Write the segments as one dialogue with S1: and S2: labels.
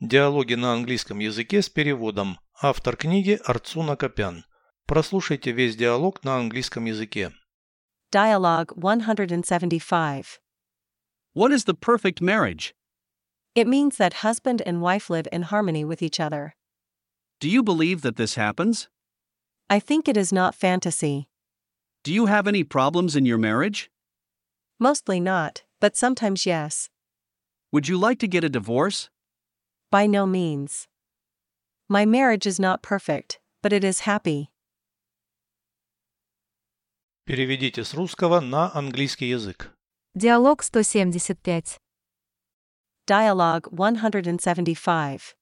S1: Диалоги на английском языке с переводом. Автор книги Арцуна Копян. Прослушайте весь диалог на английском языке.
S2: Dialogue 175.
S3: What is the perfect marriage?
S2: It means that husband and wife live in harmony with each other.
S3: Do you believe that this happens?
S2: I think it is not fantasy.
S3: Do you have any problems in your marriage?
S2: Mostly not, but sometimes yes.
S3: Would you like to get a divorce?
S2: By no means. My marriage is not perfect, but it is happy.
S1: Переведите с русского на английский язык.
S4: Диалог 175.
S2: Dialogue 175.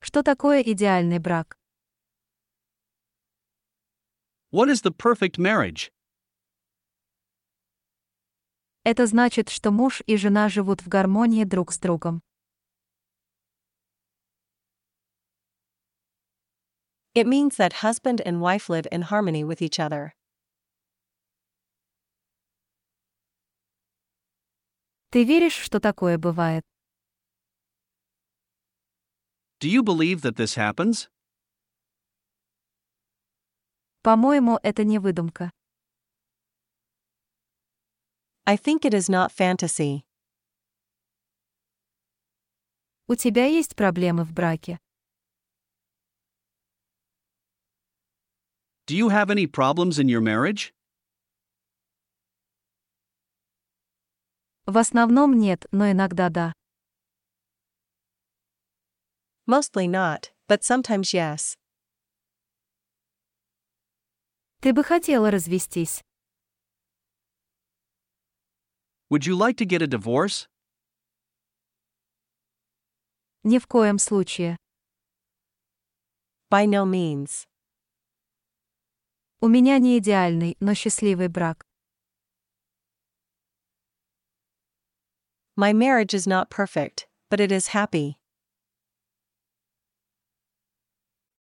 S4: Что такое идеальный брак?
S3: What is the perfect marriage?
S4: Это значит, что муж и жена живут в гармонии друг с другом.
S2: It means that husband and wife live in harmony with each other.
S4: Ты веришь, что такое бывает?
S3: Do you believe that this happens?
S4: По-моему, это не выдумка.
S2: I think it is not fantasy.
S4: У тебя есть проблемы в браке?
S3: Do you have any problems in your marriage?
S4: В основном нет, но иногда да.
S2: Mostly not, but sometimes yes.
S4: Ты бы хотела развестись.
S3: Would you like to get a divorce?
S4: Ни в коем случае.
S2: By no means.
S4: У меня не идеальный, но счастливый брак.
S2: My marriage is not perfect, but it is happy.